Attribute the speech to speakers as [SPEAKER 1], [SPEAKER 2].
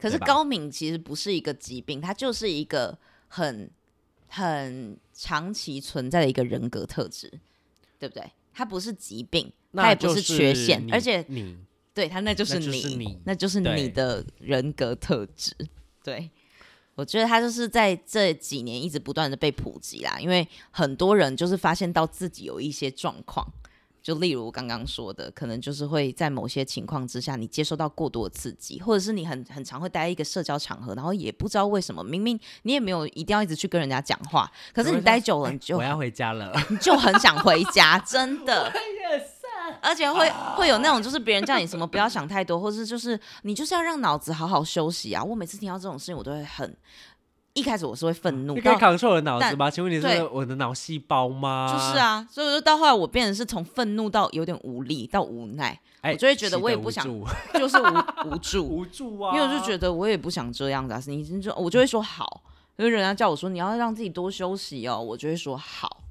[SPEAKER 1] 可是
[SPEAKER 2] 对吧
[SPEAKER 1] 高敏其实不是一个疾病，它就是一个很很长期存在的一个人格特质，对不对？它不是疾病，它
[SPEAKER 2] 那
[SPEAKER 1] 也不
[SPEAKER 2] 就是
[SPEAKER 1] 缺陷，
[SPEAKER 2] 你
[SPEAKER 1] 而且
[SPEAKER 2] 你
[SPEAKER 1] 对它那就是
[SPEAKER 2] 那就
[SPEAKER 1] 你，
[SPEAKER 2] 是你
[SPEAKER 1] 那就是你
[SPEAKER 2] 对
[SPEAKER 1] 的人格特质。对，我觉得他就是在这几年一直不断的被普及啦，因为很多人就是发现到自己有一些状况，就例如刚刚说的，可能就是会在某些情况之下，你接受到过多的刺激，或者是你很很常会待在一个社交场合，然后也不知道为什么，明明你也没有一定要一直去跟人家讲话，可是你待久了你就
[SPEAKER 2] 我哎要回家了，
[SPEAKER 1] 你就很想回 家，真的。而且会会有那种，就是别人叫你什么不要想太多，或是就是你就是要让脑子好好休息啊。我每次听到这种事情，我都会很一开始我是会愤怒，
[SPEAKER 2] 你可
[SPEAKER 1] 到
[SPEAKER 2] 以 control 我的脑子
[SPEAKER 1] 但
[SPEAKER 2] 吗？请问你
[SPEAKER 1] 对
[SPEAKER 2] 是我的脑细胞吗？
[SPEAKER 1] 就是，啊，所以我就到后来我变成是从愤怒到有点无力到无奈，
[SPEAKER 2] 哎，
[SPEAKER 1] 我就会觉得
[SPEAKER 2] 习
[SPEAKER 1] 我也
[SPEAKER 2] 得
[SPEAKER 1] 不
[SPEAKER 2] 无
[SPEAKER 1] 想
[SPEAKER 2] 助
[SPEAKER 1] 就是无无助，
[SPEAKER 2] 无助啊，
[SPEAKER 1] 因为我就觉得我也不想这样子啊。你就我就会说好，因为人家叫我说你要让自己多休息哦，我就会说好。